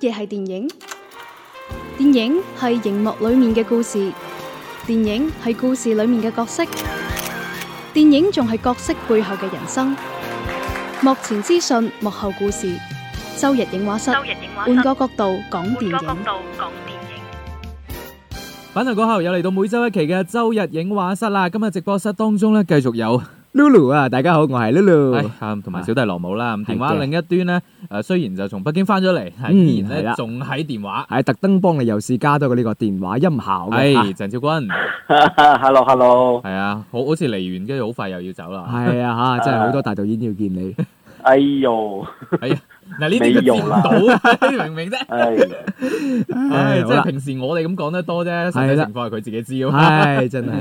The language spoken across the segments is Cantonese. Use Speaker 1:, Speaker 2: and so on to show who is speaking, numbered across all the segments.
Speaker 1: 嘢係電影？電影係熒幕裡面嘅故事，電影係故事裡面嘅角色，電影仲係角色背後嘅人生。幕前資訊，幕後故事。周日映畫室，
Speaker 2: 周日映畫室
Speaker 1: 換個角度講電
Speaker 2: 換個角
Speaker 1: 影。
Speaker 2: 度講電影。
Speaker 3: 反頭過後又嚟到每周一期嘅周日影畫室啦，今日直播室當中咧繼續有
Speaker 4: Lulu à, 啊，大家好，我係 Lulu。
Speaker 3: 唉啊同埋小弟羅姆啦，咁
Speaker 4: 係嘅
Speaker 3: 電話另一端咧誒雖然就從北京翻咗嚟，但係
Speaker 4: 嗯
Speaker 3: 依然
Speaker 4: 係
Speaker 3: 咧
Speaker 4: 啦
Speaker 3: 仲喺電話。
Speaker 4: 係特登幫你又試加多個呢個電話音效
Speaker 3: 係
Speaker 4: 嘅嚇
Speaker 3: 鄭少君， 係
Speaker 5: hello hello，
Speaker 3: 啊，好好似嚟完，跟住好快又要走啦。
Speaker 4: 係啊嚇，真係好多大導演要見你。
Speaker 5: 哎呦，
Speaker 3: 嗱呢啲叫
Speaker 5: 未用啦
Speaker 3: 見 到，你明唔明 啫？
Speaker 5: 哎，
Speaker 3: 唉，
Speaker 4: 啊好
Speaker 3: 即係
Speaker 4: 啦，
Speaker 3: 平時我哋咁講得多啫，實
Speaker 4: 係
Speaker 3: 際
Speaker 4: 啦
Speaker 3: 情況係佢自己知啊嘛。
Speaker 4: 唉，真係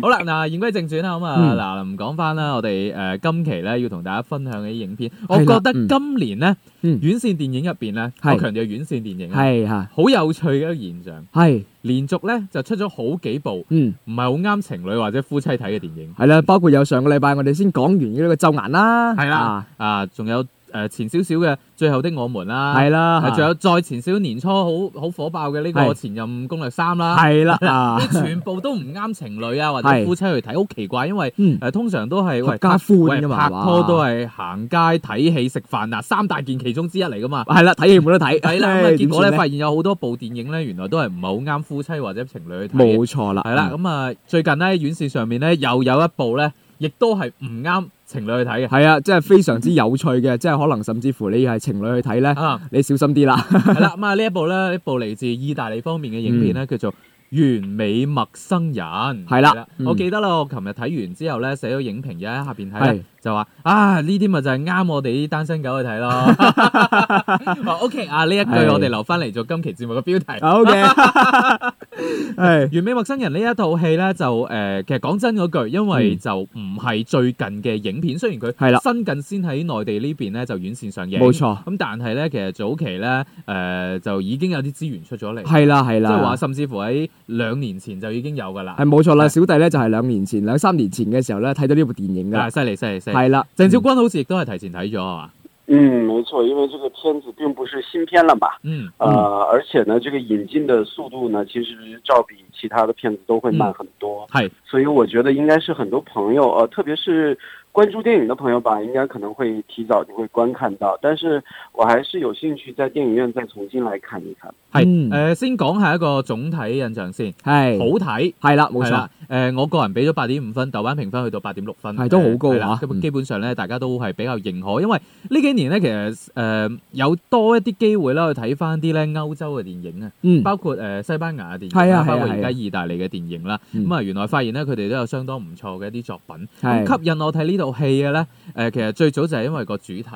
Speaker 3: 好啦，嗱，言歸正傳啦，咁
Speaker 4: 嗯
Speaker 3: 啊，嗱，唔講翻啦，我哋誒今期咧要同大家分享嘅啲影片，我
Speaker 4: 係啦
Speaker 3: 覺得
Speaker 4: 嗯
Speaker 3: 今年咧
Speaker 4: 嗯
Speaker 3: 院線電影入邊咧，
Speaker 4: 係
Speaker 3: 我強調院線電影啊，
Speaker 4: 係嚇，
Speaker 3: 好有趣嘅一個現象，
Speaker 4: 係
Speaker 3: 連續咧就出咗好幾部
Speaker 4: 嗯
Speaker 3: 唔係好啱情侶或者夫妻睇嘅電影，
Speaker 4: 係啦，包括有上個禮拜我哋先講完嘅呢個《咒顏》啦，
Speaker 3: 係啦
Speaker 4: 啊
Speaker 3: 啊，仲有誒前少少嘅《最後的我們》啦，
Speaker 4: 係啦，
Speaker 3: 啊，
Speaker 4: 嚇
Speaker 3: 仲有再前少少年初好好火爆嘅呢個
Speaker 4: 係
Speaker 3: 《前任攻略三》啦，
Speaker 4: 係啦啊
Speaker 3: 呢，全部都唔啱情侶啊或者
Speaker 4: 係
Speaker 3: 夫妻去睇，好奇怪，因為
Speaker 4: 嗯
Speaker 3: 誒通常都係
Speaker 4: 合
Speaker 3: 喂
Speaker 4: 家歡㗎
Speaker 3: 喂
Speaker 4: 嘛
Speaker 3: 拍
Speaker 4: 係嘛
Speaker 3: 拖都係行街睇戲食飯嗱，三大件其中之一嚟噶嘛。
Speaker 4: 係啦，睇戲冇得睇，
Speaker 3: 係啦，咁啊
Speaker 4: 唉
Speaker 3: 結果咧
Speaker 4: 點算
Speaker 3: 發現有好多部電影咧，原來都係唔係好啱夫妻或者情侶去睇嘅。
Speaker 4: 冇錯啦，
Speaker 3: 係啦，咁啊最近咧院線上面咧又有一部咧，亦都係唔啱情侶去睇嘅。
Speaker 4: 係啊，即係非常之有趣嘅，即係可能甚至乎你係情侶去睇咧，
Speaker 3: 啊，
Speaker 4: 你小心啲啦。
Speaker 3: 係啦，咁啊呢一部咧，呢部嚟自意大利方面嘅影片咧，叫做。完美陌生人係
Speaker 4: 嗯係啦嗯
Speaker 3: 我記得啦，我琴日睇完之後咧，寫咗影評嘅喺下邊睇呢
Speaker 4: 係
Speaker 3: 就話啊呢啲咪就係啱我哋啲單身狗去睇 咯。話 OK 啊呢一句
Speaker 4: 係啊
Speaker 3: 我哋留翻嚟做今期節目嘅標題。
Speaker 4: 好嘅，係
Speaker 3: 完美陌生人呢一套戲咧就誒、呃其實講真嗰句，因為
Speaker 4: 嗯
Speaker 3: 就唔係最近嘅影片，雖然佢
Speaker 4: 係啦
Speaker 3: 新近先喺內地呢邊咧就院線上映，
Speaker 4: 冇錯
Speaker 3: 咁但係咧其實早期咧誒、呃就已經有啲資源出咗嚟，
Speaker 4: 係啦係
Speaker 3: 即
Speaker 4: 啦，
Speaker 3: 係話甚至乎喺兩年前就已經有㗎啦
Speaker 4: 係，冇錯啦，
Speaker 3: 係
Speaker 4: 小弟咧就係兩年前、兩三年前嘅時候咧睇到呢部電影
Speaker 3: 啊
Speaker 4: 㗎，
Speaker 3: 犀利犀利犀利！
Speaker 4: 係啦，
Speaker 3: 鄭少君好似亦都係提前睇咗啊係嘛？
Speaker 5: 嗯，没错，因为这个片子并不是新片了嘛，
Speaker 3: 嗯，
Speaker 5: 呃，而且呢，这个引进的速度呢，其实照比其他的片子都会慢很多，
Speaker 3: 係
Speaker 5: 所以我觉得应该是很多朋友，呃，特别是关注电影的朋友吧，应该可能会提早就会观看到，但是我还是有兴趣在电影院再重新来看一看。
Speaker 3: 係
Speaker 4: 嗯
Speaker 3: 誒，呃先講下一個總體印象先，好
Speaker 4: 係
Speaker 3: 睇。
Speaker 4: 係啦，冇
Speaker 3: 係
Speaker 4: 錯
Speaker 3: 啦，，誒，我個人俾咗八點五分，豆瓣評分去到八點六分，
Speaker 4: 係都好高
Speaker 3: 係啦
Speaker 4: 嚇
Speaker 3: 咁啊
Speaker 4: 嗯
Speaker 3: 基本上咧，大家都係比較認可，因為呢幾年咧，其實誒有多一啲機會啦，去睇翻啲咧歐洲嘅電影啊，
Speaker 4: 嗯，
Speaker 3: 包括誒西班牙嘅電
Speaker 4: 係
Speaker 3: 影
Speaker 4: 啊
Speaker 3: 啦，
Speaker 4: 係啊
Speaker 3: 包括而
Speaker 4: 係
Speaker 3: 家
Speaker 4: 啊
Speaker 3: 意大利嘅電影啦。
Speaker 4: 嗯
Speaker 3: 咁啊，原來發現咧，佢哋都有相當唔錯嘅一啲作品。
Speaker 4: 係
Speaker 3: 咁吸引我睇呢套戲嘅咧，誒，其實最早就係因為個主題，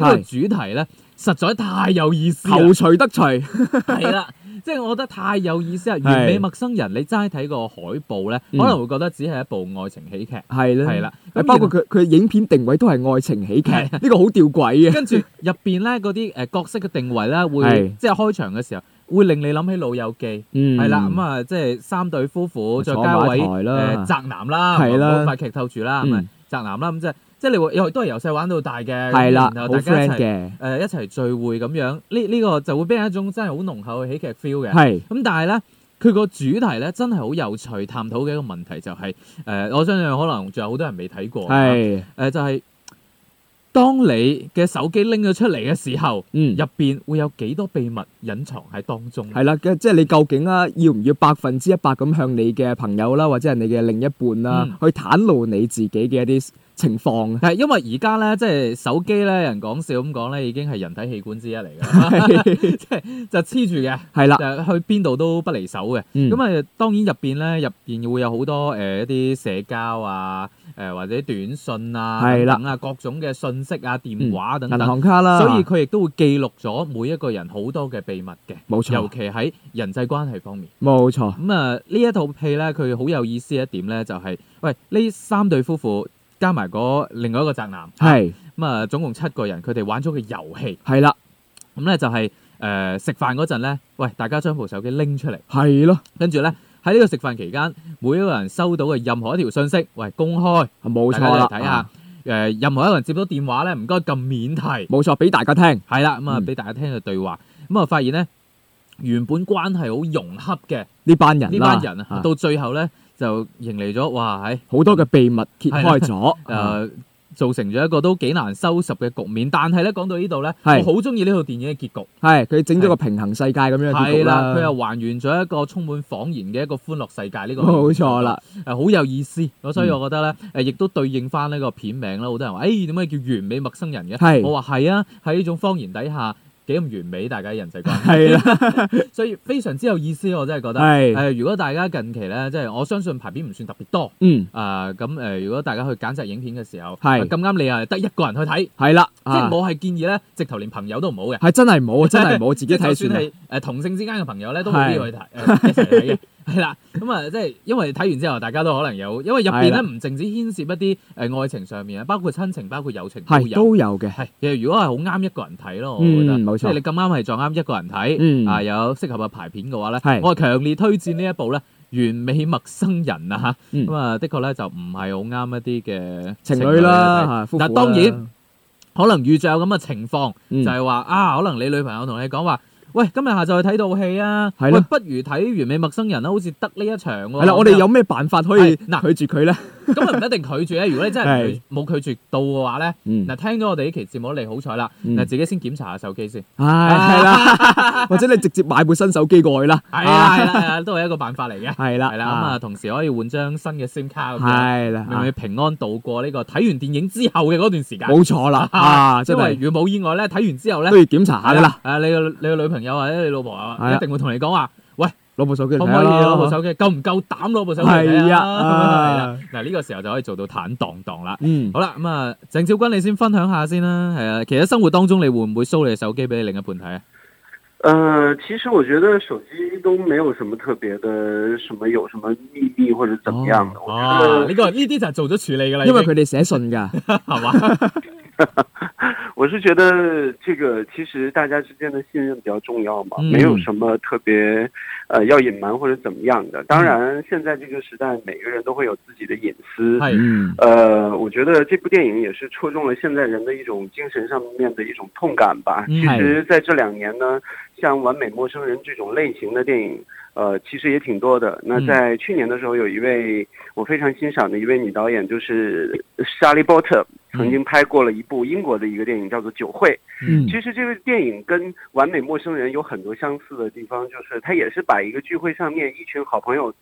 Speaker 3: 因為主題咧實在太有意思啦
Speaker 4: 求除得除，
Speaker 3: 係啦，即係我覺得太有意思啦！完美陌生人，你齋睇個海報咧，
Speaker 4: 嗯
Speaker 3: 可能會覺得只係一部愛情喜劇，
Speaker 4: 係啦，
Speaker 3: 係啦。
Speaker 4: 誒，
Speaker 3: 咁
Speaker 4: 包括
Speaker 3: 然後
Speaker 4: 佢佢影片定位都係愛情喜劇，
Speaker 3: 係
Speaker 4: 呢個好吊詭嘅，
Speaker 3: 跟住入邊咧嗰啲誒角色嘅定位咧，會
Speaker 4: 係
Speaker 3: 即係開場嘅時候會令你諗起《老友記》。
Speaker 4: 嗯，
Speaker 3: 係啦，咁啊，即係三對夫婦，再
Speaker 4: 坐
Speaker 3: 加
Speaker 4: 埋
Speaker 3: 位
Speaker 4: 一台啦
Speaker 3: 誒宅男啦，
Speaker 4: 係啦
Speaker 3: 冇法劇透住啦，咁啊
Speaker 4: 嗯，
Speaker 3: 宅男啦，咁即係即係你會又都係由細玩到大嘅，
Speaker 4: 係啦，
Speaker 3: 然
Speaker 4: 好
Speaker 3: 後大家一
Speaker 4: friend
Speaker 3: 齊
Speaker 4: 嘅，
Speaker 3: 誒一齊聚會咁樣，呢呢個就會俾人一種真係好濃厚嘅喜劇 feel 嘅。
Speaker 4: 係
Speaker 3: 咁但係咧，佢個主題咧真係好有趣，探討嘅一個問題就係、呃我相信可能仲有好多人未睇過，誒、
Speaker 4: 係，
Speaker 3: 就係、當你嘅手機拎咗出嚟嘅時候，
Speaker 4: 嗯。
Speaker 3: 入邊會有幾多秘密隱藏喺當中？
Speaker 4: 係啦，嘅即係你究竟啊，要唔要百分之一百咁向你嘅朋友啦，或者係你嘅另一半啦，
Speaker 3: 嗯
Speaker 4: 去袒露你自己嘅一啲 情況？
Speaker 3: 係因為而家咧，即係手機咧，人講笑咁講咧，已經係人體器官之一嚟 㗎，即係就黐住嘅，
Speaker 4: 係啦，
Speaker 3: 就去邊度都不離手嘅。
Speaker 4: 咁
Speaker 3: 咁啊、當然入邊咧，入邊會有好多誒、呃一啲社交啊，誒、或者短信啊，
Speaker 4: 係啦嗯
Speaker 3: 等等啊，各種嘅信息啊、電話等
Speaker 4: 銀
Speaker 3: 等，
Speaker 4: 行卡啦，
Speaker 3: 所以佢亦都會記錄咗每一個人好多嘅秘密嘅，
Speaker 4: 冇
Speaker 3: 尤
Speaker 4: 錯，
Speaker 3: 其喺人際關係方面。
Speaker 4: 冇錯，
Speaker 3: 咁啊，呢一套戲咧，佢好有意思一點咧，就係、喂呢三對夫婦加埋嗰另外一個宅男，
Speaker 4: 係
Speaker 3: 咁啊，總共七個人，佢哋玩咗個遊戲，
Speaker 4: 係啦，
Speaker 3: 咁咧就係、呃食飯嗰陣咧，喂大家將部手機拎出嚟。
Speaker 4: 係咯，
Speaker 3: 跟住咧喺呢個食飯期間，每一個人收到嘅任何一條信息，喂公開，
Speaker 4: 冇
Speaker 3: 大家
Speaker 4: 錯啦，啊
Speaker 3: 嚟睇下。誒、任何一個人接到電話咧，唔該撳免提，
Speaker 4: 冇錯，俾大家聽。
Speaker 3: 係啦，咁啊
Speaker 4: 嗯
Speaker 3: 俾大家聽嘅對話。誒、咁啊發現咧原本關係好融洽嘅
Speaker 4: 呢班人
Speaker 3: 呢
Speaker 4: 啦
Speaker 3: 班人啊，到最後咧就迎嚟咗哇喺
Speaker 4: 好多嘅秘密揭開咗，
Speaker 3: 誒、
Speaker 4: 嗯
Speaker 3: 造成咗一個都幾難收拾嘅局面。但係咧講到呢度咧，
Speaker 4: 係
Speaker 3: 我好中意呢套電影嘅結局，
Speaker 4: 係佢整咗個平衡世界咁樣嘅結局
Speaker 3: 係
Speaker 4: 啦
Speaker 3: 啦，，佢又還原咗一個充滿謊言嘅一個歡樂世界呢、個。
Speaker 4: 冇錯啦，
Speaker 3: 誒呃好有意思，咁
Speaker 4: 嗯
Speaker 3: 所以我覺得咧誒亦都對應翻呢個片名啦。好多人話：，誒點解叫完美陌生人嘅？
Speaker 4: 係
Speaker 3: 我話係啊，喺呢種方言底下幾咁完美，大家嘅人 際關係，
Speaker 4: 係啦，
Speaker 3: 所以非常之有意思，我真係 覺得。誒、
Speaker 4: 係，
Speaker 3: 如果大家近期咧，即係我相信排片唔算特別多，
Speaker 4: 嗯，
Speaker 3: 啊咁誒，如果大家去揀擇影片嘅時候，
Speaker 4: 係
Speaker 3: 咁啱你啊得一個人去睇，即
Speaker 4: 係啦，
Speaker 3: 係
Speaker 4: 啊
Speaker 3: 我係建議咧，直頭連朋友都唔好嘅，
Speaker 4: 係真 係冇，真係冇，
Speaker 3: 即
Speaker 4: 自己
Speaker 3: 係就
Speaker 4: 睇
Speaker 3: 算
Speaker 4: 算啦，
Speaker 3: 係誒同性之間嘅朋友咧，都未必要去睇，呃誒一齊睇 嘅。係啦，咁啊，即係因為睇完之後，大家都可能有，因為入邊
Speaker 4: 係
Speaker 3: 咧
Speaker 4: 啦
Speaker 3: 唔淨止牽涉一啲誒愛情上面啊，包括親情、包括友情都
Speaker 4: 係
Speaker 3: 有。
Speaker 4: 都有嘅，
Speaker 3: 係，其實如果係好啱一個人睇咯，我覺得，
Speaker 4: 嗯冇錯
Speaker 3: 即係你咁啱係撞啱一個人睇，
Speaker 4: 嗯
Speaker 3: 啊有適合嘅排片嘅話咧，
Speaker 4: 係
Speaker 3: 我係強烈推薦呢一部咧。完美陌生人啊嚇，
Speaker 4: 嗯
Speaker 3: 咁啊的確咧就唔係好啱一啲嘅
Speaker 4: 情
Speaker 3: 情侶去
Speaker 4: 侶啦，
Speaker 3: 睇，
Speaker 4: 嚇夫婦
Speaker 3: 但
Speaker 4: 啦
Speaker 3: 當然可能遇着有咁嘅情況，
Speaker 4: 嗯
Speaker 3: 就係話啊，可能你女朋友同你講話，喂，今日下晝去睇套戲啊，
Speaker 4: 係
Speaker 3: 喂，
Speaker 4: 咯
Speaker 3: 不如睇《完美陌生人》啦，好似得呢一場喎。
Speaker 4: 係啦，我哋有咩辦法可以
Speaker 3: 係嗱
Speaker 4: 拒絕佢咧？
Speaker 3: 咁啊，唔一定拒絕咧。如果你真 係唔拒冇拒絕到嘅話咧，
Speaker 4: 嗯
Speaker 3: 嗱，聽咗我哋呢期節目，你好彩啦，
Speaker 4: 嗯
Speaker 3: 嗱，自己先檢查下手 機先。
Speaker 4: 唉，係 啦，或者你直接買部新手機過去啦，
Speaker 3: 係啦，係啦，係啦，都係一個辦法嚟 嘅。
Speaker 4: 係啦，
Speaker 3: 係啦，咁啊，同時可以換張新嘅 SIM 卡咁樣，
Speaker 4: 係啦，
Speaker 3: 令你平安度過呢個睇完電影之後嘅嗰段時間。
Speaker 4: 冇錯啦，
Speaker 3: Dạ.
Speaker 4: 啊，真
Speaker 3: 因為
Speaker 4: 係
Speaker 3: 如果冇意外咧，睇完之後咧
Speaker 4: 都。要檢查下噶啦，
Speaker 3: 係啦！誒，你個你個女朋友或者你老婆
Speaker 4: 係啊
Speaker 3: 啊，一定會同你講話，
Speaker 4: 攞部手機
Speaker 3: 可
Speaker 4: 嚟
Speaker 3: 唔可
Speaker 4: 睇
Speaker 3: 以攞部
Speaker 4: 啦，
Speaker 3: 手機？夠唔夠膽攞部手機嚟睇
Speaker 4: 係
Speaker 3: 啊？
Speaker 4: 啊
Speaker 3: 係啦嗱，呢個時候就可以做到坦蕩蕩啦。
Speaker 4: 嗯，
Speaker 3: 好啦，咁啊，鄭少君，你先分享下先啦。係啊，其實生活當中你會唔會 show 你嘅手機俾你另一半睇啊？
Speaker 5: 呃，其实我觉得手机都没有什么特别的，什么有什么秘密或者怎么样的。我觉
Speaker 3: 哦，
Speaker 5: 得
Speaker 3: 呢個呢啲就係做咗處理㗎啦，
Speaker 4: 因為佢哋寫信㗎，
Speaker 3: 係嘛？
Speaker 5: 我是觉得这个其实大家之间的信任比较重要嘛，
Speaker 3: 嗯
Speaker 5: 没有什么特别呃要隐瞒或者怎么样的。当然，现在这个时代，每个人都会有自己的隐私。
Speaker 3: 係
Speaker 4: 嗯，
Speaker 5: 呃，我觉得这部电影也是戳中了现在人的一种精神上面的一种痛感吧。
Speaker 3: 嗯
Speaker 5: 其实，在这两年呢，像《完美陌生人》这种类型的电影，呃，其实也挺多的。那
Speaker 3: 嗯
Speaker 5: 在去年的时候，有一位我非常欣赏的一位女导演，就是莎莉·波特，
Speaker 3: 嗯
Speaker 5: 曾经拍过了一部英国的一个电影，叫做《酒会》。
Speaker 4: 嗯，
Speaker 5: 其实这个电影跟《完美陌生人》有很多相似的地方，就是它也是把一个聚会上面一群好朋友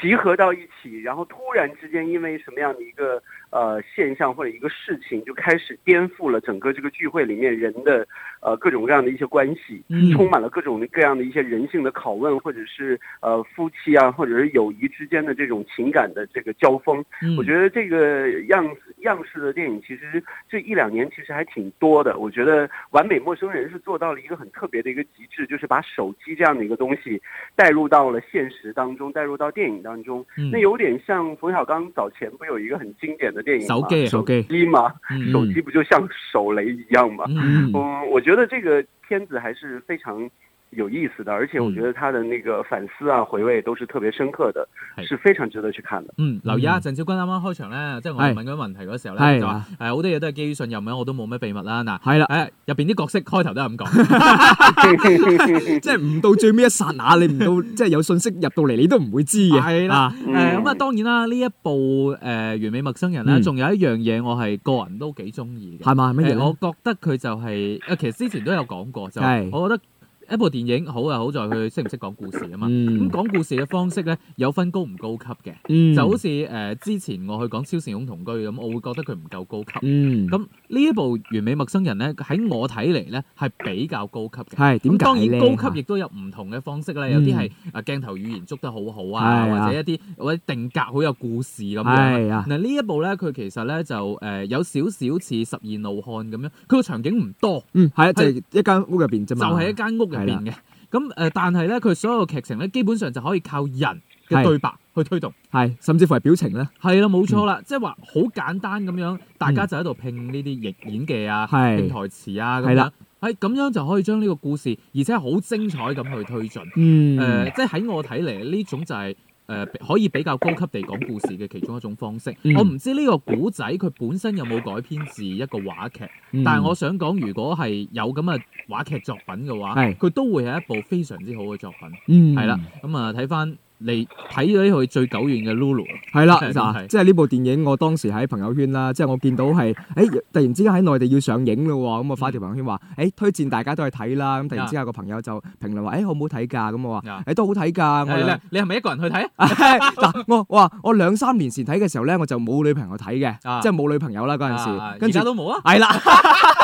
Speaker 5: 集合到一起，然后突然之间因为什么样的一个呃现象或者一个事情，就开始颠覆了整个这个聚会里面人的呃各种各样的一些关系，
Speaker 3: 嗯
Speaker 5: 充满了各种各样的一些人性的拷问，或者是呃夫妻啊，或者是友谊之间的这种情感的这个交锋。
Speaker 4: 嗯
Speaker 5: 我
Speaker 3: 得
Speaker 5: 觉得这个样子样式的电影，其实这一两年其实还挺多的。我觉得《完美陌生人》是做到了一个很特别的一个极致，就是把手机这样的一个东西带入到了现实当中，带入到电影当中。
Speaker 3: 嗯
Speaker 5: 那有点像冯小刚早前不有一个很经典的电影
Speaker 3: 手
Speaker 5: 吗
Speaker 3: 機啊
Speaker 5: 手
Speaker 4: 手機
Speaker 5: 机嘛，
Speaker 3: 嗯
Speaker 5: 手机不就像手雷一样吗？
Speaker 3: 嗯
Speaker 5: 嗯，我觉得这个片子还是非常有意思的，而且我
Speaker 3: 嗯
Speaker 5: 觉得他的那个反思啊、回味都是特别深刻的，
Speaker 3: 是
Speaker 5: 是非常值得去看的。
Speaker 3: 嗯，留意啊，鄭少君啱啱開場咧，即係我哋
Speaker 4: 係
Speaker 3: 問嗰啲問題嗰時候咧，
Speaker 4: 係
Speaker 3: 就話
Speaker 4: 啊
Speaker 3: 誒好多嘢都係基於信任嘅，我都冇咩秘密啦。嗱，
Speaker 4: 係啦，
Speaker 3: 誒入邊啲角色開頭都係咁講，
Speaker 4: 即係唔到最尾一剎那，你唔到即係有信息入到嚟，你都唔會知嘅，
Speaker 3: 係啦
Speaker 4: 啊，
Speaker 3: 誒咁啊當然啦，呢一部誒完美陌生人咧，
Speaker 4: 嗯
Speaker 3: 仲有一樣嘢我係個人都幾中意嘅。
Speaker 4: 係嘛，係乜嘢
Speaker 3: 誒
Speaker 4: 呢
Speaker 3: 我覺得佢就係、誒，其實之前都有講過，就係
Speaker 4: 係
Speaker 3: 我覺得一部電影好啊，好在佢識唔識講故事啊嘛。咁
Speaker 4: 嗯
Speaker 3: 講故事嘅方式咧，有分高唔高級嘅，
Speaker 4: 嗯，
Speaker 3: 就好似誒、之前我去講《超時空同居》咁，我會覺得佢唔夠高級。
Speaker 4: 嗯，
Speaker 3: 咁呢一部《完美陌生人》咧，喺我睇嚟咧係比較高級嘅。咁
Speaker 4: 係點
Speaker 3: 當
Speaker 4: 解咧？
Speaker 3: 然高級亦都有唔同嘅方式咧，
Speaker 4: 嗯
Speaker 3: 有啲係啊鏡頭語言捉得好好啊，
Speaker 4: 係啊
Speaker 3: 或者一啲或者定格好有故事咁樣。
Speaker 4: 係啊，
Speaker 3: 嗱呢一部咧，佢其實咧就誒、有少少似十二怒漢咁樣，佢個場景唔多，
Speaker 4: 嗯，係啊，就係一間屋入邊啫
Speaker 3: 就
Speaker 4: 嘛，
Speaker 3: 係一間屋入邊嘅。咁誒、但係咧，佢所有劇情咧，基本上就可以靠人嘅
Speaker 4: 係
Speaker 3: 對白去推動。
Speaker 4: 係，甚至乎係表情咧，
Speaker 3: 係啦，冇錯啦，即係話好簡單咁樣，大家就喺度拼呢啲演演技啊，
Speaker 4: 係
Speaker 3: 拼台詞啊咁
Speaker 4: 嗯係
Speaker 3: 樣
Speaker 4: 啦。
Speaker 3: 係咁樣就可以將呢個故事，而且好精彩咁去推進。誒、
Speaker 4: 嗯，
Speaker 3: 即係喺我睇嚟，呢種就係呃可以比較高級地講故事嘅其中一種方式。
Speaker 4: 嗯
Speaker 3: 我唔知呢個古仔佢本身有冇改編自一個話劇，
Speaker 4: 嗯
Speaker 3: 但係我想講，如果係有咁嘅話劇作品嘅話，
Speaker 4: 係
Speaker 3: 佢都會係一部非常之好嘅作品。
Speaker 4: 嗯
Speaker 3: 係啦，咁啊睇翻你睇咗佢最久遠嘅 Lulu，啊
Speaker 4: 係啦，
Speaker 3: 真係
Speaker 4: 嗱，
Speaker 3: 真係
Speaker 4: 即係呢部電影，我當時喺朋友圈啦，即係我見到係，誒、突然之間喺內地要上映嘞喎，咁我
Speaker 3: 嗯
Speaker 4: 發條朋友圈話，誒、推薦大家都去睇啦，咁突然之間有個朋友就評論話，誒、好唔好睇㗎？咁我話，誒、
Speaker 3: 啊
Speaker 4: 都好睇㗎，我
Speaker 3: 係
Speaker 4: 兩
Speaker 3: 啦，你係咪一個人去睇啊？
Speaker 4: 嗱，我我話我兩三年前睇嘅時候咧，我就冇女朋友睇嘅，
Speaker 3: 啊
Speaker 4: 即係冇女朋友啦嗰陣時，
Speaker 3: 啊
Speaker 4: 跟
Speaker 3: 而
Speaker 4: 住
Speaker 3: 家。都冇啊！
Speaker 4: 係啦，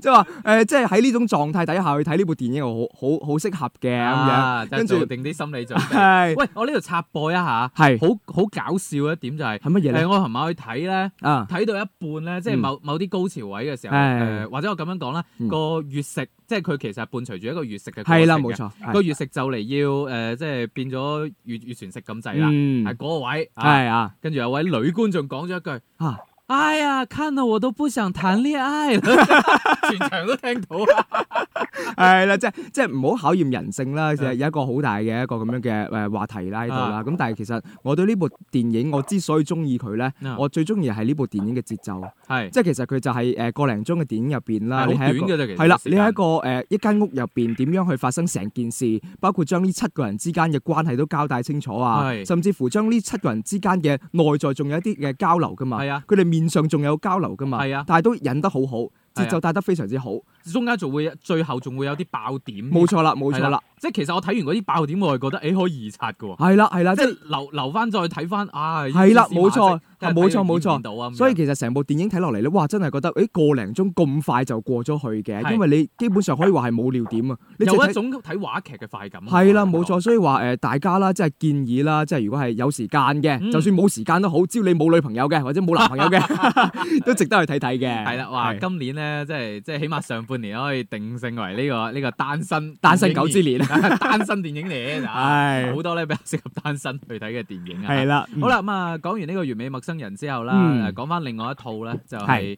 Speaker 4: 即係話誒，即係喺呢種狀態底下去睇呢部電影，我好好好適合嘅咁樣。
Speaker 3: 啊就
Speaker 4: 跟住
Speaker 3: 做定啲心理準備。
Speaker 4: 係
Speaker 3: 喂，我呢度插播一下，
Speaker 4: 係
Speaker 3: 好好搞笑嘅一點就係、
Speaker 4: 係乜嘢咧
Speaker 3: 誒，？我琴晚去睇咧，
Speaker 4: 啊，
Speaker 3: 睇到一半咧，即係
Speaker 4: 嗯
Speaker 3: 某某啲高潮位嘅時候，誒、
Speaker 4: 係
Speaker 3: 或者我咁樣講啦，
Speaker 4: 嗯
Speaker 3: 個月食，即係佢其實係伴隨住一個月食嘅過程
Speaker 4: 係啦，
Speaker 3: 嘅
Speaker 4: 冇。錯，係
Speaker 3: 個月食就嚟要誒、即係變咗月月全食咁滯啦，
Speaker 4: 嗯
Speaker 3: 係嗰、個位啊。
Speaker 4: 係 啊，
Speaker 3: 跟住有位女觀眾講咗一句：
Speaker 4: 啊，
Speaker 3: 哎呀，看到我都不想談戀 愛了，全場都聽到啊！
Speaker 4: 係啦，即係即係唔好考驗人性
Speaker 3: 啊
Speaker 4: 啦，就係有一個好大嘅一個咁樣嘅誒話題啦喺度啦。咁但係其實我對呢部電影，我之所以中意佢咧
Speaker 3: 啊，
Speaker 4: 我最中意係呢部電影嘅節奏。
Speaker 3: 係
Speaker 4: 即係其實佢就係誒個零鐘嘅電影入邊啦，
Speaker 3: 係
Speaker 4: 你
Speaker 3: 啊好
Speaker 4: 係一個
Speaker 3: 短嘅啫其實
Speaker 4: 係啦，
Speaker 3: 時
Speaker 4: 你
Speaker 3: 間
Speaker 4: 係一個誒一間屋入邊點樣去發生成件事，包括將呢七個人之間嘅關係都交代清楚啊，
Speaker 3: 係
Speaker 4: 甚至乎將呢七個人之間嘅內在仲有一啲嘅交流噶嘛，
Speaker 3: 係啊
Speaker 4: 佢哋面上仲有交流噶嘛，
Speaker 3: 係啊
Speaker 4: 但係都引得好好，
Speaker 3: 係啊嗯
Speaker 4: 節奏帶得非常之好，
Speaker 3: 中間仲會最後仲會有啲爆點，
Speaker 4: 冇錯啦，冇錯
Speaker 3: 係
Speaker 4: 啦，。
Speaker 3: 即係其實我睇完嗰啲爆點，我係覺得誒可以二刷嘅喎。
Speaker 4: 係啦係啦，啊即
Speaker 3: 即
Speaker 4: 係。
Speaker 3: 係留留翻再睇翻啊！
Speaker 4: 係啦
Speaker 3: 呢啲
Speaker 4: 冇錯
Speaker 3: 絲馬跡睇佢
Speaker 4: 冇錯冇錯
Speaker 3: 演唔演到啊咁樣
Speaker 4: 所以其實成部電影睇落嚟咧，哇！真係覺得誒個零鐘咁快就過咗去嘅，
Speaker 3: 係
Speaker 4: 因為你基本上可以話係冇尿點啊，你淨係
Speaker 3: 有
Speaker 4: 睇
Speaker 3: 一種睇話劇嘅快感。啊
Speaker 4: 係啦，
Speaker 3: 我覺得
Speaker 4: 冇錯，。所以話誒、呃大家啦，即係建議啦，即係如果係有時間嘅，
Speaker 3: 嗯
Speaker 4: 就算冇時間都好，只要你冇女朋友嘅，或者冇男 朋友嘅，都值得去睇睇嘅。
Speaker 3: 係啦，哇！
Speaker 4: 係
Speaker 3: 今年咧，即係即係起碼上半年可以定性為呢個呢個單身
Speaker 4: 單身狗之
Speaker 3: 電影
Speaker 4: 年
Speaker 3: 年 單身電影年啊！
Speaker 4: 係
Speaker 3: 好多咧比較適合單身去睇嘅電影啊。
Speaker 4: 係啦，
Speaker 3: 好
Speaker 4: 啦，
Speaker 3: 啦，咁啊，講完呢個完美陌生人之後啦，誒
Speaker 4: 嗯
Speaker 3: 講翻另外一套咧，就係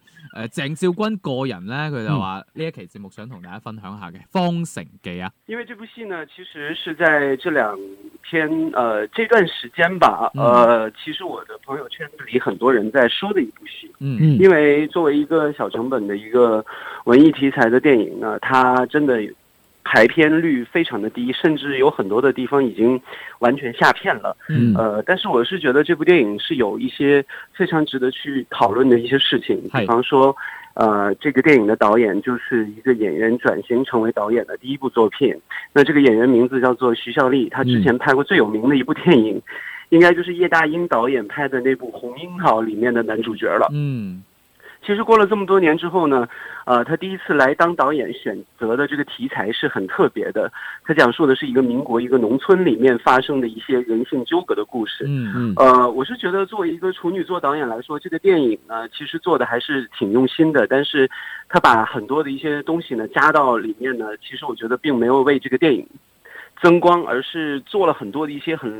Speaker 3: 誒鄭少君個人咧，佢就
Speaker 4: 嗯
Speaker 3: 話呢一期節目想同大家分享下嘅《方城記》啊，
Speaker 5: 因为这部戏呢，其实是在这两天呃这段时间吧，
Speaker 3: 嗯
Speaker 5: 呃，其实我的朋友圈子里很多人在说的一部戏，
Speaker 3: 嗯
Speaker 4: 嗯
Speaker 5: 因为作为一个小成本的一个文艺题材的电影呢，它真的排片率非常的低，甚至有很多的地方已经完全下片了。
Speaker 4: 嗯
Speaker 5: 呃，但是我是觉得这部电影是有一些非常值得去讨论的一些事情，
Speaker 3: 嗨
Speaker 5: 比方说，呃，这个电影的导演就是一个演员转型成为导演的第一部作品。那这个演员名字叫做徐孝立，他之前拍过最有名的一部电影，应该就是叶大鹰导演拍的那部《红樱桃》里面的男主角了。
Speaker 3: 嗯
Speaker 5: 其实过了这么多年之后呢，呃，他第一次来当导演，选择的这个题材是很特别的。他讲述的是一个民国一个农村里面发生的一些人性纠葛的故事。
Speaker 3: 嗯
Speaker 4: 嗯
Speaker 5: 呃，我是觉得作为一个处女座导演来说，这个电影呢，其实做的还是挺用心的，但是他把很多的一些东西呢加到里面呢，其实我觉得并没有为这个电影增光，而是做了很多的一些很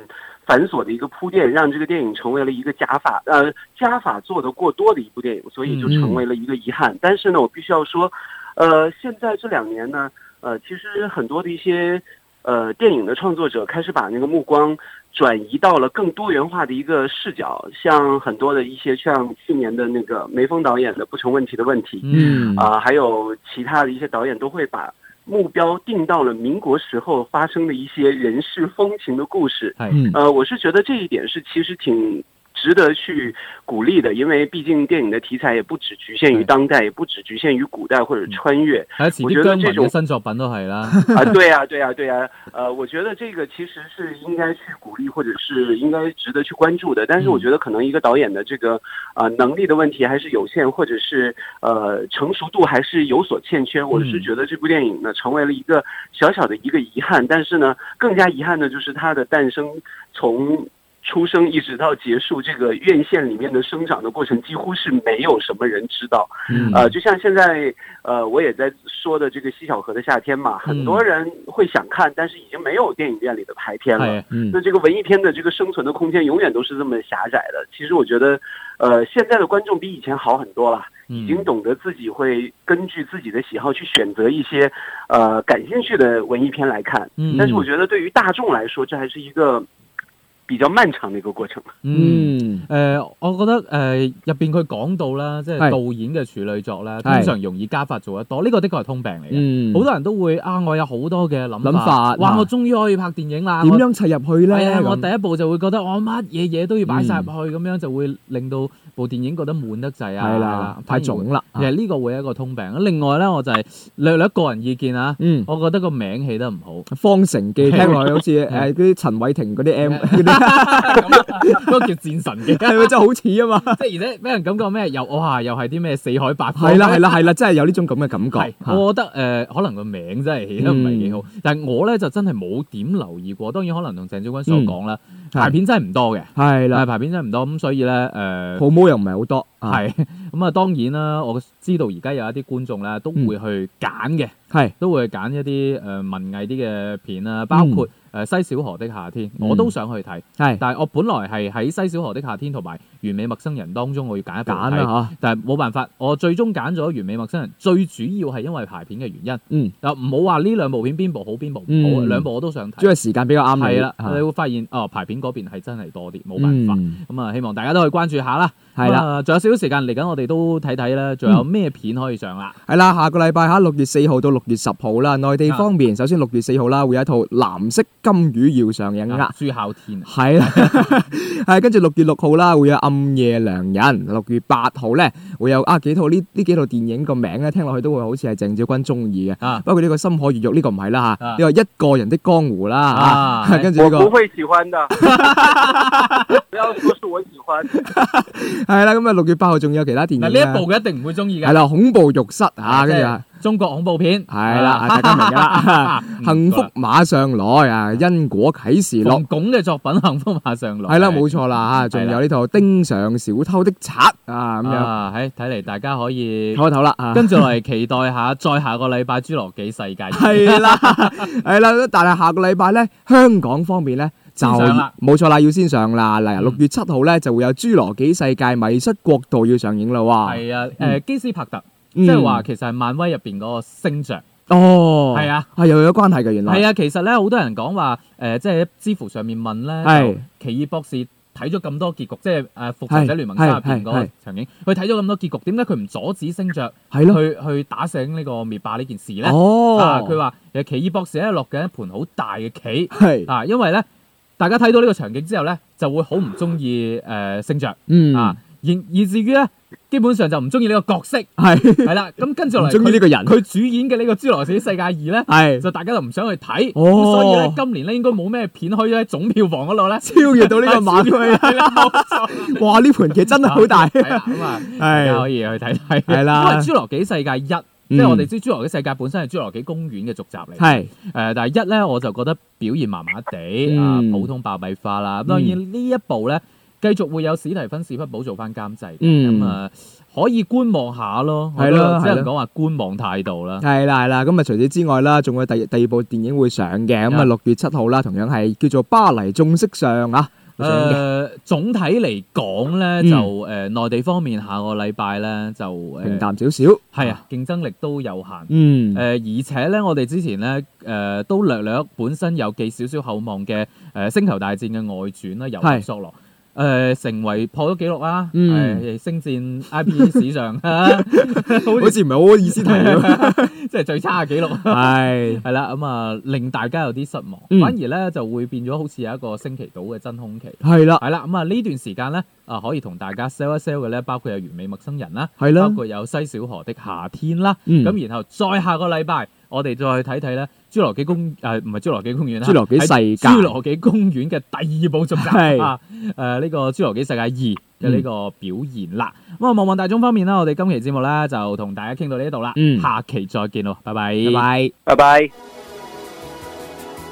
Speaker 5: 繁琐的一个铺垫，让这个电影成为了一个加法呃加法做的过多的一部电影，所以就成为了一个遗憾。但是呢，我必须要说，呃，现在这两年呢，呃，其实很多的一些呃电影的创作者开始把那个目光转移到了更多元化的一个视角，像很多的一些像去年的那个梅峰导演的《不成问题的问题》
Speaker 4: 嗯
Speaker 5: 啊、还有其他的一些导演都会把目标定到了民国时候发生的一些人世风情的故事。
Speaker 3: 係
Speaker 4: 嗯
Speaker 5: 呃，我是觉得这一点是其实挺值得去鼓励的，因为毕竟电影的题材也不只局限于
Speaker 3: 对
Speaker 5: 当代，也不只局限于古代或者穿越。
Speaker 3: 係啊，遲
Speaker 5: 我
Speaker 3: 啲
Speaker 5: 覺得
Speaker 3: 姜文
Speaker 5: 這
Speaker 3: 嘅
Speaker 5: 種
Speaker 3: 新作品都係啦，
Speaker 5: 啊，对呀、对呀、对呀、呃，我觉得这个其实是应该去鼓励，或者是应该值得去关注的。但是我觉得可能一个导演的这个呃能力的问题还是有限，或者是呃成熟度还是有所欠缺。我是觉得这部电影呢，成为了一个小小的一个遗憾。但是呢，更加遗憾的就是它的诞生从。出生一直到结束，这个院线里面的生长的过程几乎是没有什么人知道。
Speaker 4: 嗯
Speaker 5: 呃，就像现在呃，我也在说的这个西小河的夏天嘛，很多人会想看，但是已经没有电影院里的排片了。
Speaker 3: 係啊
Speaker 4: 嗯
Speaker 5: 那这个文艺片的这个生存的空间永远都是这么狭窄的。其实我觉得，呃，现在的观众比以前好很多了，
Speaker 3: 嗯
Speaker 5: 已经懂得自己会根据自己的喜好去选择一些呃感兴趣的文艺片来看。
Speaker 3: 嗯
Speaker 5: 但是我觉得对于大众来说，这还是一个比较漫长的一个过程。
Speaker 3: 嗯。诶、
Speaker 4: 嗯，
Speaker 3: 我覺得诶入邊佢講到啦，即係
Speaker 4: 係
Speaker 3: 導演嘅處女作咧，
Speaker 4: 係
Speaker 3: 通常容易加法做得多，呢、個的確係通病嚟嘅。
Speaker 4: 嗯
Speaker 3: 好多人都會啊，我有好多嘅諗
Speaker 4: 諗法
Speaker 3: 哇！
Speaker 4: 啊
Speaker 3: 我終於可以拍電影啦。
Speaker 4: 點
Speaker 3: 我
Speaker 4: 樣砌入
Speaker 3: 係
Speaker 4: 去咧？
Speaker 3: 啊，我
Speaker 4: 咁嗯
Speaker 3: 第一步就會覺得我乜嘢嘢都要擺晒入去，咁、樣就會令到部電影覺得悶得滯啊。
Speaker 4: 係
Speaker 3: 係
Speaker 4: 啦，太
Speaker 3: 總
Speaker 4: 重啊啦。
Speaker 3: 其實呢個會係一個通病。另外咧，我就係略略個人意見啊，
Speaker 4: 嗯，
Speaker 3: 我覺得個名起得唔好。
Speaker 4: 方程 記聽落去好似誒嗰啲陳偉霆嗰啲 M 嗰啲，
Speaker 3: 嗰個叫戰神嘅，
Speaker 4: 係咪真係好似啊嘛？
Speaker 3: 即係而且俾人感覺咩？又哇，又係啲咩四海八荒
Speaker 4: 係 啦係啦係啦，真係有呢種咁嘅感
Speaker 3: 係
Speaker 4: 覺。，
Speaker 3: 我覺得誒、呃可能個名真係起
Speaker 4: 嗯
Speaker 3: 得唔係幾好，但係我咧就真係冇點留意過。當然可能同鄭少君所講啦，排片真係唔多嘅，
Speaker 4: 嗯係
Speaker 3: 但係
Speaker 4: 啦嗯
Speaker 3: 排片真係唔多，咁所以咧誒
Speaker 4: promo 又唔係好多。啊
Speaker 3: 係咁啊。當然啦，我知道而家有一啲觀眾咧都會
Speaker 4: 嗯
Speaker 3: 去揀嘅，
Speaker 4: 係
Speaker 3: 都會揀一啲誒、呃文藝啲嘅片
Speaker 4: 嗯
Speaker 3: 啦，包括誒、呃西小河的夏天》，我都想去睇，
Speaker 4: 係
Speaker 3: 但係我本來係喺《西小河的夏天》同埋《完美陌生人》當中，我要揀一部
Speaker 4: 揀啊
Speaker 3: 睇。
Speaker 4: 啦
Speaker 3: 但係冇辦法，我最終揀咗《完美陌生人》，最主要係因為排片嘅原因。
Speaker 4: 嗯，
Speaker 3: 啊唔好話呢兩部片邊部好邊部唔好，
Speaker 4: 嗯
Speaker 3: 兩部我都想
Speaker 4: 嚇，
Speaker 3: 睇。
Speaker 4: 主要係時間比較啱你。
Speaker 3: 係啦，
Speaker 4: 嚇
Speaker 3: 你會發現哦，排片嗰邊係真係多啲，冇辦法。
Speaker 4: 嗯
Speaker 3: 咁啊，希望大家都去關注下啦。
Speaker 4: 係啦。
Speaker 3: 咁啊，仲有少少時間嚟緊，我哋都睇睇啦，仲有咩片可以上啦？
Speaker 4: 係啦，下個禮拜嚇六月四號到六月十號啦，內地方面，首先六月四號啦，會有一套《藍色金魚》要上映啦
Speaker 3: 啊。朱孝天啊，
Speaker 4: 係啦， 係跟住六月六號啦，會有《暗夜良人》；六月八號咧，會有啊幾套呢呢幾套電影個名咧，聽落去都會好似係鄭少君中意嘅。
Speaker 3: 啊
Speaker 4: 不過呢個《心海越獄》呢個唔係啦嚇，
Speaker 3: 啊
Speaker 4: 呢個《一個人的江湖》啦
Speaker 3: 啊
Speaker 4: 嚇，跟住
Speaker 5: 我
Speaker 4: 呢個
Speaker 5: 不會喜歡的， 不要说是我喜歡。
Speaker 4: 係啦，咁啊六月八號仲有其他電影
Speaker 3: 嗱呢
Speaker 4: 啦
Speaker 3: 一部佢一定唔會中意
Speaker 4: 係
Speaker 3: 㗎，
Speaker 4: 啦，恐怖浴室啊，
Speaker 3: 即
Speaker 4: 跟
Speaker 3: 係
Speaker 4: 住啊
Speaker 3: 中國恐怖片嗯
Speaker 4: 係啦， 啊大家明㗎啦。
Speaker 3: Ừ,
Speaker 4: 幸福馬上來啊，因果啟示錄
Speaker 3: 龍。拱嘅作品《幸福馬上來》
Speaker 4: 係啦，冇錯啦嚇，仲有呢套《盯上小偷的賊》啊咁樣，
Speaker 3: 啊，喺睇嚟大家可以
Speaker 4: 唞一唞啦啊。
Speaker 3: 跟住落嚟期待下， 再下個禮拜《侏羅紀世界》
Speaker 4: 係啊啦，係啦，但係下個禮拜咧，香港方面咧就
Speaker 3: 先上啦
Speaker 4: 冇錯啦，要先上啦。嗱，
Speaker 3: 嗯
Speaker 4: 六月七號咧就會有《侏羅紀世界迷失國度》要上映啦喎，
Speaker 3: 係啊，
Speaker 4: 嗯
Speaker 3: 誒基斯帕特，
Speaker 4: 嗯
Speaker 3: 即係話其實係漫威入邊嗰個星象。
Speaker 4: 哦，
Speaker 3: 係啊，
Speaker 4: 係又有關係嘅原來，
Speaker 3: 係
Speaker 4: 啊，
Speaker 3: 啊，其實咧好多人講話誒，即係喺知乎上面問咧
Speaker 4: 係，
Speaker 3: 就奇異博士睇咗咁多結局，即係誒復仇者聯盟三入邊嗰
Speaker 4: 係係
Speaker 3: 個
Speaker 4: 係
Speaker 3: 場景，佢睇咗咁多結局，點解佢唔阻止星爵
Speaker 4: 係咯，
Speaker 3: 去去打醒呢個滅霸呢件事咧？啊，
Speaker 4: 哦，
Speaker 3: 佢話誒奇異博士咧落緊一盤好大嘅棋
Speaker 4: 係，
Speaker 3: 啊，因為咧大家睇到呢個場景之後咧，就會好唔中意誒星爵。
Speaker 4: 嗯，
Speaker 3: 啊，以以至於咧，基本上就唔中意呢個角色，
Speaker 4: 係
Speaker 3: 係啦。咁跟住 落
Speaker 4: 唔
Speaker 3: 嚟，
Speaker 4: 中意呢個人，
Speaker 3: 佢佢主演嘅呢個《侏羅紀世界二》咧，
Speaker 4: 係
Speaker 3: 就大家就唔想去睇。
Speaker 4: 哦
Speaker 3: 咁所以咧，今年咧應該冇咩片可以喺總票房嗰度咧
Speaker 4: 超越到呢個馬區，
Speaker 3: 係啦，冇錯，
Speaker 4: 哇！呢盤棋真係 好大，
Speaker 3: 係啦，咁啊，大家可
Speaker 4: 係，
Speaker 3: 以去睇睇。
Speaker 4: 係啦
Speaker 3: 因為《侏羅紀世界一》。即係我哋知《侏羅紀世界》本身係《侏羅紀公園》嘅續集嚟，誒、
Speaker 4: 係
Speaker 3: 但係一咧我就覺得表現麻麻地，啊、
Speaker 4: 嗯
Speaker 3: 普通爆米花啦。當然呢一部咧，繼續會有史提芬史匹堡做翻監製嘅，
Speaker 4: 嗯
Speaker 3: 咁啊、可以觀望下咯。
Speaker 4: 係咯
Speaker 3: 我覺得只
Speaker 4: 係
Speaker 3: 能
Speaker 4: 咯
Speaker 3: 講話觀望態度啦。
Speaker 4: 係啦係啦，咁啊除此之外啦，仲有第第二部電影會上嘅，咁
Speaker 3: 啊
Speaker 4: 啊六月七號啦，同樣係叫做《巴黎眾色相》啊，
Speaker 3: 誒、
Speaker 4: 會上嘅
Speaker 3: 呃總體嚟講
Speaker 4: 嗯
Speaker 3: 咧，就誒、內地方面下個禮拜咧就誒
Speaker 4: 平淡少少，
Speaker 3: 係啊，競爭力都有限。
Speaker 4: 嗯
Speaker 3: 誒、，呃而且咧，我哋之前咧，誒、都略略本身有寄少少厚望嘅誒、呃星球大戰》嘅外傳啦，由
Speaker 4: 係
Speaker 3: 索羅誒、呃成為破咗紀錄啦，誒、呃
Speaker 4: 嗯
Speaker 3: 星戰 IP 史上 好
Speaker 4: 好
Speaker 3: 似
Speaker 4: 似唔係好意思 提喎，
Speaker 3: 即係最差嘅紀錄。
Speaker 4: 係
Speaker 3: 係啦，咁啊，令大家有啲失望，
Speaker 4: 嗯
Speaker 3: 反而咧就會變咗好似有一個星期到嘅真空期。
Speaker 4: 係啦
Speaker 3: 係啦，咁啊呢段時間咧，啊可以同大家 sell 一 sell 嘅咧，包括有完美陌生人啦，
Speaker 4: 係
Speaker 3: 包
Speaker 4: 啦，
Speaker 3: 括有西小河的夏天啦。
Speaker 4: 嗯，
Speaker 3: 咁然後再下個禮拜，我哋再去睇睇咧《侏羅紀公》誒，唔係《侏羅紀公園》啦，
Speaker 4: 侏羅紀世
Speaker 3: 《
Speaker 4: 界
Speaker 3: 侏羅紀公園》嘅第二部續集
Speaker 4: 係
Speaker 3: 啊！誒呢個《侏羅紀世界二》
Speaker 4: 嗯
Speaker 3: 嘅呢個表現啦。咁啊，望望大眾方面啦，我哋今期節目咧就同大家傾到呢一度啦，
Speaker 4: 嗯
Speaker 3: 下期再見咯，拜拜
Speaker 4: 拜。拜。
Speaker 5: 拜拜。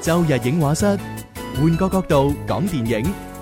Speaker 2: 周日影畫室，換個角度講電影。